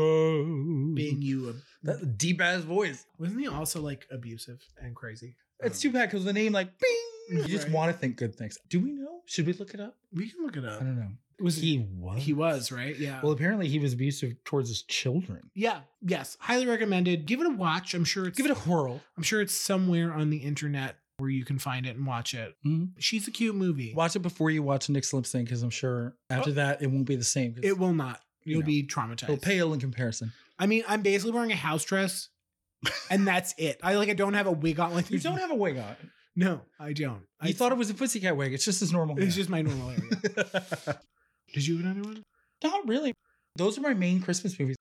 B: Christmas.
A: Being you,
B: That deep ass voice.
A: wasn't he also like abusive and crazy?
B: It's too bad because the name like Bing. You just
A: Right.
B: want to think good things. Do we know? Should we look it up?
A: We can look it
B: I
A: up.
B: don't know.
A: Was he?
B: He was.
A: He was right. Yeah.
B: Well, apparently he was abusive towards his children.
A: Yeah, yes, highly recommended. Give it a watch. I'm sure it's
B: Give it a whirl.
A: I'm sure it's somewhere on the internet where you can find it and watch it.
B: Mhm.
A: She's a cute movie.
B: Watch it before you watch Nick's lip sync because I'm sure after that it won't be the same. 'cause
A: Oh. It will not. You'll
B: You know.
A: be traumatized.
B: it'll pale in comparison.
A: I mean, I'm basically wearing a house dress, and that's it. I like I don't have a wig on. Like
B: You
A: there's-
B: don't have a wig on.
A: No, I don't. I
B: You thought it was a pussycat wig. It's just his normal
A: it's
B: hair.
A: just my normal area. Did you have another one?
B: Not really. Those are my main Christmas movies.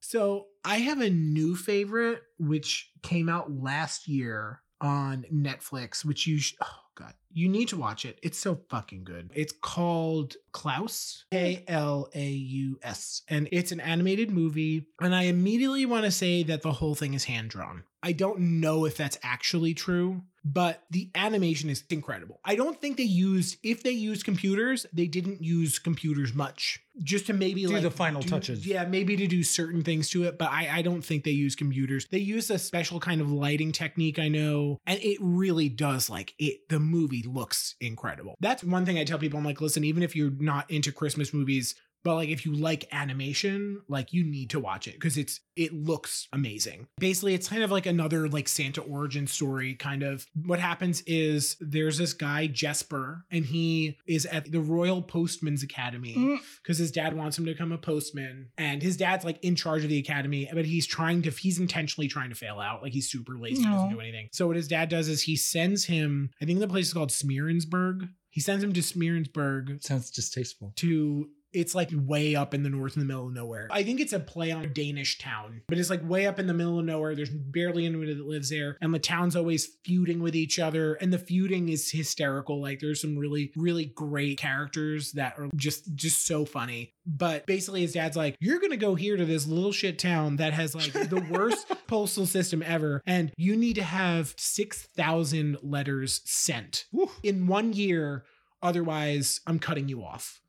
A: So I have a new favorite, which came out last year on Netflix, which you, sh- oh God, you need to watch it. It's so fucking good. It's called Klaus, K L A U S, and it's an animated movie. And I immediately want to say that the whole thing is hand drawn. I don't know if that's actually true. But the animation is incredible. I don't think they used, if they used computers, they didn't use computers much. Just to maybe
B: Do
A: like
B: the final
A: do-
B: touches.
A: Yeah, maybe to do certain things to it, but I, I don't think they use computers. They use a special kind of lighting technique, I know, and it really does like it. The movie looks incredible. That's one thing I tell people. I'm like, listen, even if you're not into Christmas movies, but like if you like animation, like you need to watch it because it's it looks amazing. Basically, it's kind of like another like Santa origin story kind of. What happens is there's this guy Jesper, and he is at the Royal Postman's Academy
B: Mm.
A: because his dad wants him to become a postman and his dad's like in charge of the academy but he's trying to he's intentionally trying to fail out like he's super lazy doesn't
B: No.
A: do anything so what his dad does is he sends him i think the place is called smearensburg he sends him to smearensburg
B: Sounds distasteful.
A: to It's like way up in the north in the middle of nowhere. I think it's a play on a Danish town, but it's like way up in the middle of nowhere. There's barely anybody that lives there. And the town's always feuding with each other. And the feuding is hysterical. Like there's some really, really great characters that are just just so funny. But basically his dad's like, You're gonna go here to this little shit town that has like the worst postal system ever, and you need to have six thousand letters sent
B: Whew.
A: in one year. Otherwise, I'm cutting you off.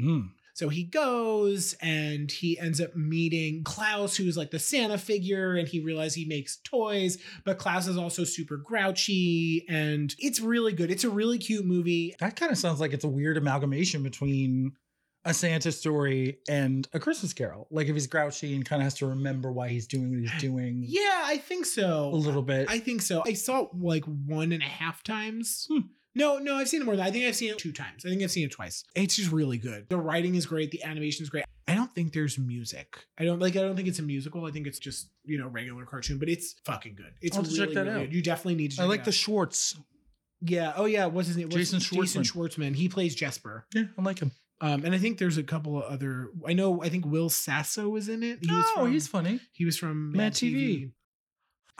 B: Mm.
A: So he goes and he ends up meeting Klaus, who's like the Santa figure, and he realizes he makes toys. But Klaus is also super grouchy, and it's really good. It's a really cute movie.
B: That kind of sounds like it's a weird amalgamation between a Santa story and a Christmas Carol. Like if he's grouchy and kind of has to remember why he's doing what he's doing
A: Yeah, I think so.
B: a little bit.
A: I think so. I saw it like one and a half times.
B: Hmm.
A: No, no, I've seen it more than I think I've seen it two times. I think I've seen it twice. It's just really good. The writing is great. The animation is great. I don't think there's music. I don't like. I don't think it's a musical. I think it's just you know regular cartoon. But it's fucking good. It's
B: I'll have
A: really,
B: to check that
A: really
B: out.
A: good. You definitely need to.
B: I
A: check
B: like
A: it
B: the
A: out.
B: Schwartz.
A: yeah. Oh yeah. What's his name? What's-
B: Jason
A: Jason Schwartzman. He plays Jesper.
B: Yeah, I like him.
A: Um, and I think there's a couple of other. I know. I think Will Sasso is in it.
B: No,
A: was from,
B: Oh, he's funny.
A: he was from
B: Mad TV.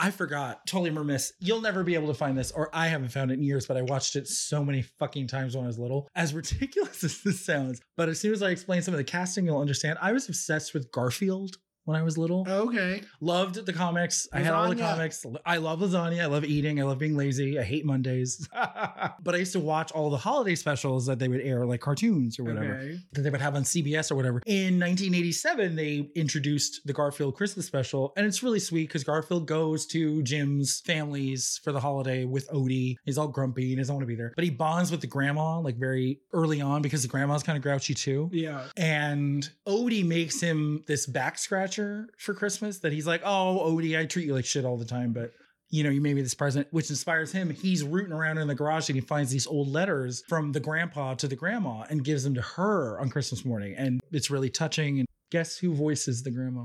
B: I forgot. Totally remiss. You'll never be able to find this, or I haven't found it in years, but I watched it so many fucking times when I was little. As ridiculous as this sounds, but as soon as I explain some of the casting, you'll understand. I was obsessed with Garfield when I was little.
A: Okay.
B: Loved the comics. I had all the
A: Lasagna.
B: comics. I love lasagna. I love eating. I love being lazy. I hate Mondays. but I used to watch all the holiday specials that they would air, like cartoons or whatever
A: Okay.
B: that they would have on CBS or whatever. In 1987, they introduced the Garfield Christmas special, and it's really sweet because Garfield goes to Jim's family's for the holiday with Odie. He's all grumpy and doesn't want to be there, but he bonds with the grandma like very early on because the grandma's kind of grouchy too.
A: Yeah.
B: And Odie makes him this back scratcher for Christmas that he's like, Oh, Odie, I treat you like shit all the time, but you know, you made me this present, which inspires him. He's rooting around in the garage and he finds these old letters from the grandpa to the grandma and gives them to her on Christmas morning. And it's really touching. And guess who voices the grandma?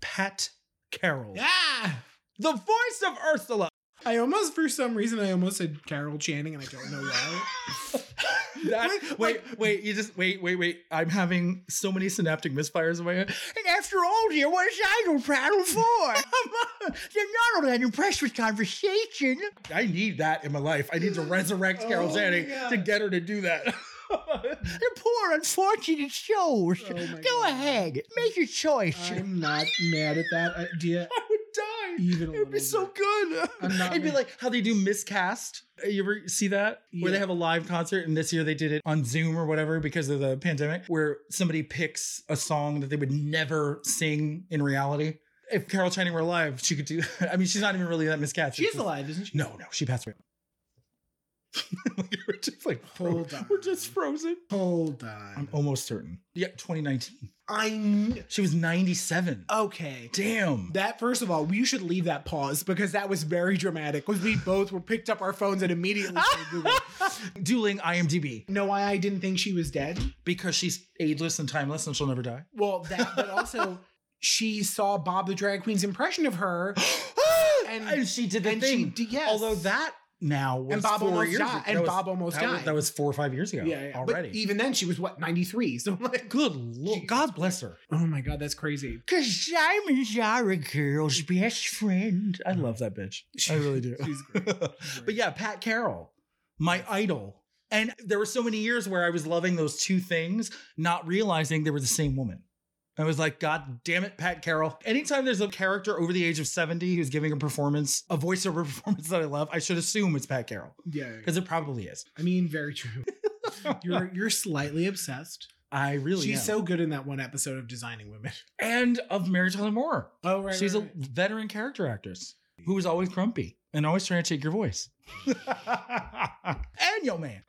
B: Pat Carroll.
A: Ah.
B: The voice of Ursula.
A: I almost, for some reason, I almost said Carol Channing, and I don't know why.
B: That-
A: Like-
B: wait, wait, you just wait, wait, wait. I'm having so many synaptic misfires in my head. And after all, dear, what is idle prattle for? They're not all that impressed with conversation. I need that in my life. I need to resurrect Carol
A: Oh,
B: Channing
A: yeah.
B: to get her to do that. the poor unfortunate souls.
A: Oh, my
B: Go
A: God.
B: ahead, make your choice.
A: I'm not mad at that idea
B: I would die.
A: even a
B: It would be
A: little
B: so
A: bit.
B: good.
A: I'm not
B: It'd be
A: ma-
B: like how they do miscast. You ever see that? Where they
A: Yeah.
B: have a live concert, and this year they did it on Zoom or whatever because of the pandemic, where somebody picks a song that they would never sing in reality. If Carol Channing were alive, she could do I mean, she's not even really that miscast.
A: She's
B: It's just-
A: alive, isn't she?
B: No, no, she passed away. we're just like, fro-
A: Hold on.
B: we're just frozen.
A: Hold on.
B: I'm almost certain. Yeah, 2019.
A: I kn-
B: She was 97.
A: okay.
B: Damn.
A: Oh. That first of all, you should leave that pause because that was very dramatic. Because we both were picked up our phones and immediately started Googling.
B: Dueling IMDb.
A: know why I didn't think she was dead.
B: because she's ageless and timeless and she'll never die.
A: Well, that, but also she saw Bob the drag queen's impression of her,
B: and,
A: And-
B: she did the
A: and
B: thing.
A: she did. Yes.
B: Although that now was
A: and Bob
B: four
A: almost
B: years
A: died.
B: ago.
A: And
B: That was-
A: Bob almost
B: that
A: died.
B: Was, that was four or five years ago
A: yeah, yeah.
B: already.
A: But even then, she was what ninety three. So like,
B: Good lord,
A: Jesus
B: God bless her.
A: oh my god, that's crazy.
B: Because Simon's our girl's best friend. I love that bitch. I really do.
A: She's great.
B: but yeah, Pat Carroll, my idol. And there were so many years where I was loving those two things, not realizing they were the same woman. I was like, God damn it, Pat Carroll. Anytime there's a character over the age of 70 who's giving a performance, a voiceover performance that I love, I should assume it's Pat Carroll
A: Yeah, yeah.
B: because it probably is.
A: I mean, very true. You're you're slightly obsessed.
B: I really
A: She's
B: am.
A: so good in that one episode of Designing Women.
B: and of Mary Tyler Moore.
A: Oh right,
B: She's
A: right,
B: a veteran character actress who is always grumpy and always trying to take your voice. and yo man.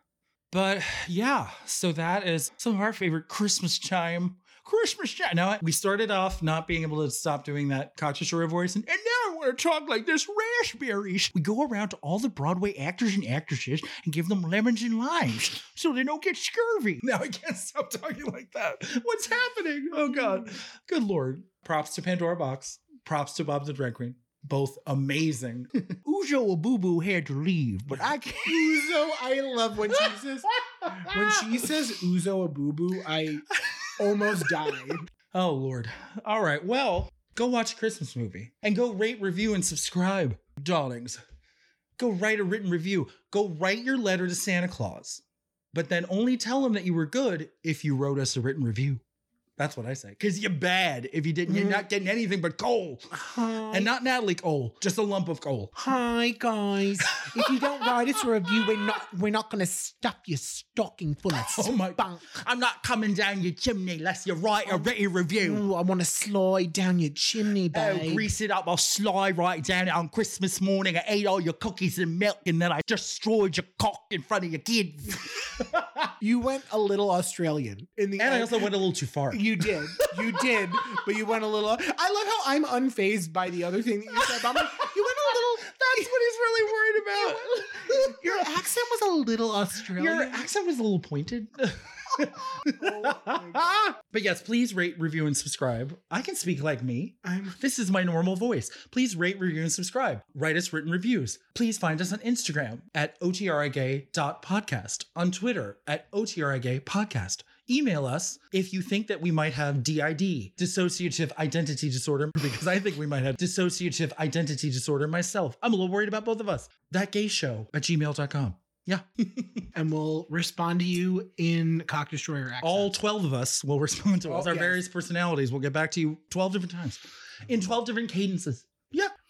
B: But yeah, so that is some of our favorite Christmas chime. Christmas chime. Now we started off not being able to stop doing that Shore voice, and, and now I want to talk like this raspberries. We go around to all the Broadway actors and actresses and give them lemons and limes so they don't get scurvy. Now I can't stop talking like that. What's happening? Oh God. Good lord. Props to Pandora Box. Props to Bob the Drag Queen. Both amazing. Ujo Abubu had to leave, but I can't.
A: Uzo, I love when she says when she says Uzo a boo boo. I almost died.
B: Oh, Lord. All right. Well, go watch a Christmas movie and go rate, review, and subscribe, darlings. Go write a written review. Go write your letter to Santa Claus, but then only tell him that you were good if you wrote us a written review. That's what I say. Because you're bad if you didn't. You're
A: Mhm.
B: not getting anything but coal.
A: Hi.
B: And not Natalie coal, just a lump of coal.
A: Hi guys. If you don't write us a review, we're not we're not gonna stuff your stocking full of
B: Oh my-
A: spunk.
B: I'm not coming down your chimney unless you write a written review.
A: Ooh, I wanna slide down your chimney,
B: Oh,
A: babe.
B: grease it up. I'll slide right down it on Christmas morning. I ate all your cookies and milk, and then I destroyed your cock in front of your kids.
A: you went a little Australian in the
B: and I
A: end.
B: also went a little too far.
A: You did. You did. But you went a little. I love how I'm unfazed by the other thing that you said. But I'm like, you went a little.
B: That's what he's really worried about.
A: Your accent was a little Australian.
B: Your accent was a little pointed.
A: Oh my
B: but yes, please rate, review, and subscribe. I can speak like me.
A: I'm.
B: This is my normal voice. Please rate, review, and subscribe. Write us written reviews. Please find us on Instagram at otrigay.podcast, on Twitter at otrigaypodcast. Email us if you think that we might have DID, dissociative identity disorder, because I think we might have dissociative identity disorder myself. I'm a little worried about both of us. That gay show at gmail.com. Yeah.
A: And we'll respond to you in Cock Destroyer accent.
B: All 12 of us will respond to us.
A: Oh,
B: Our
A: yes.
B: various personalities will get back to you 12 different times in 12 different cadences.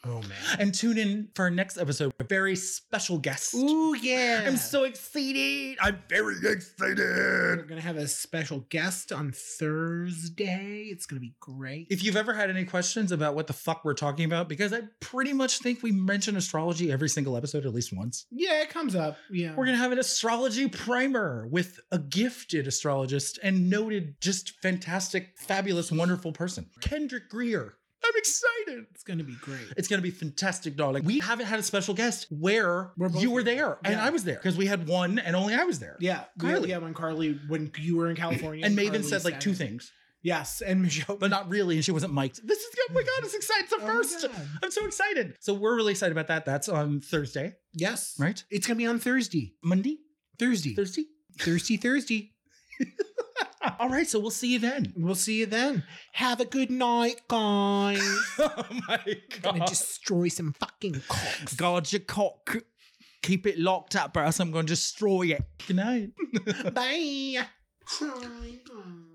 A: Oh man.
B: and tune in for our next episode with a very special guest.
A: Ooh yeah.
B: I'm so excited. I'm very
A: We're
B: excited.
A: gonna have a special guest on Thursday. It's gonna be great.
B: If you've ever had any questions about what the fuck we're talking about, because I pretty much think we mention astrology every single episode at least once,
A: yeah, it comes up. Yeah.
B: we're going to have an astrology primer with a gifted astrologist and noted, just fantastic, fabulous, wonderful person, Kendrick Greer. I'm excited.
A: it's gonna be great.
B: It's going to be fantastic, darling. We haven't had a special guest where
A: We're both
B: you were
A: here.
B: there and
A: Yeah.
B: I was there because we had one and only I was there.
A: Yeah, we-
B: Carly.
A: Yeah, when Carly, when you were in California,
B: And Maven
A: Carly
B: said like two
A: it.
B: things,
A: Yes, and Michelle,
B: but not really. And she wasn't mic'd. This is, oh my God, it's exciting. It's the
A: Oh my
B: first.
A: God.
B: I'm so excited. So we're really excited about that. That's on Thursday,
A: Yes,
B: right?
A: It's gonna be on Thursday.
B: Monday?
A: Thursday.
B: Thursday?
A: Thursday. Thursday.
B: All right. So we'll see you then.
A: We'll see you then. Have a good night, guys.
B: oh my
A: gonna destroy some fucking cocks.
B: Guard your cock. Keep it locked up, or else I'm going to destroy it. Good night.
A: Bye. Bye.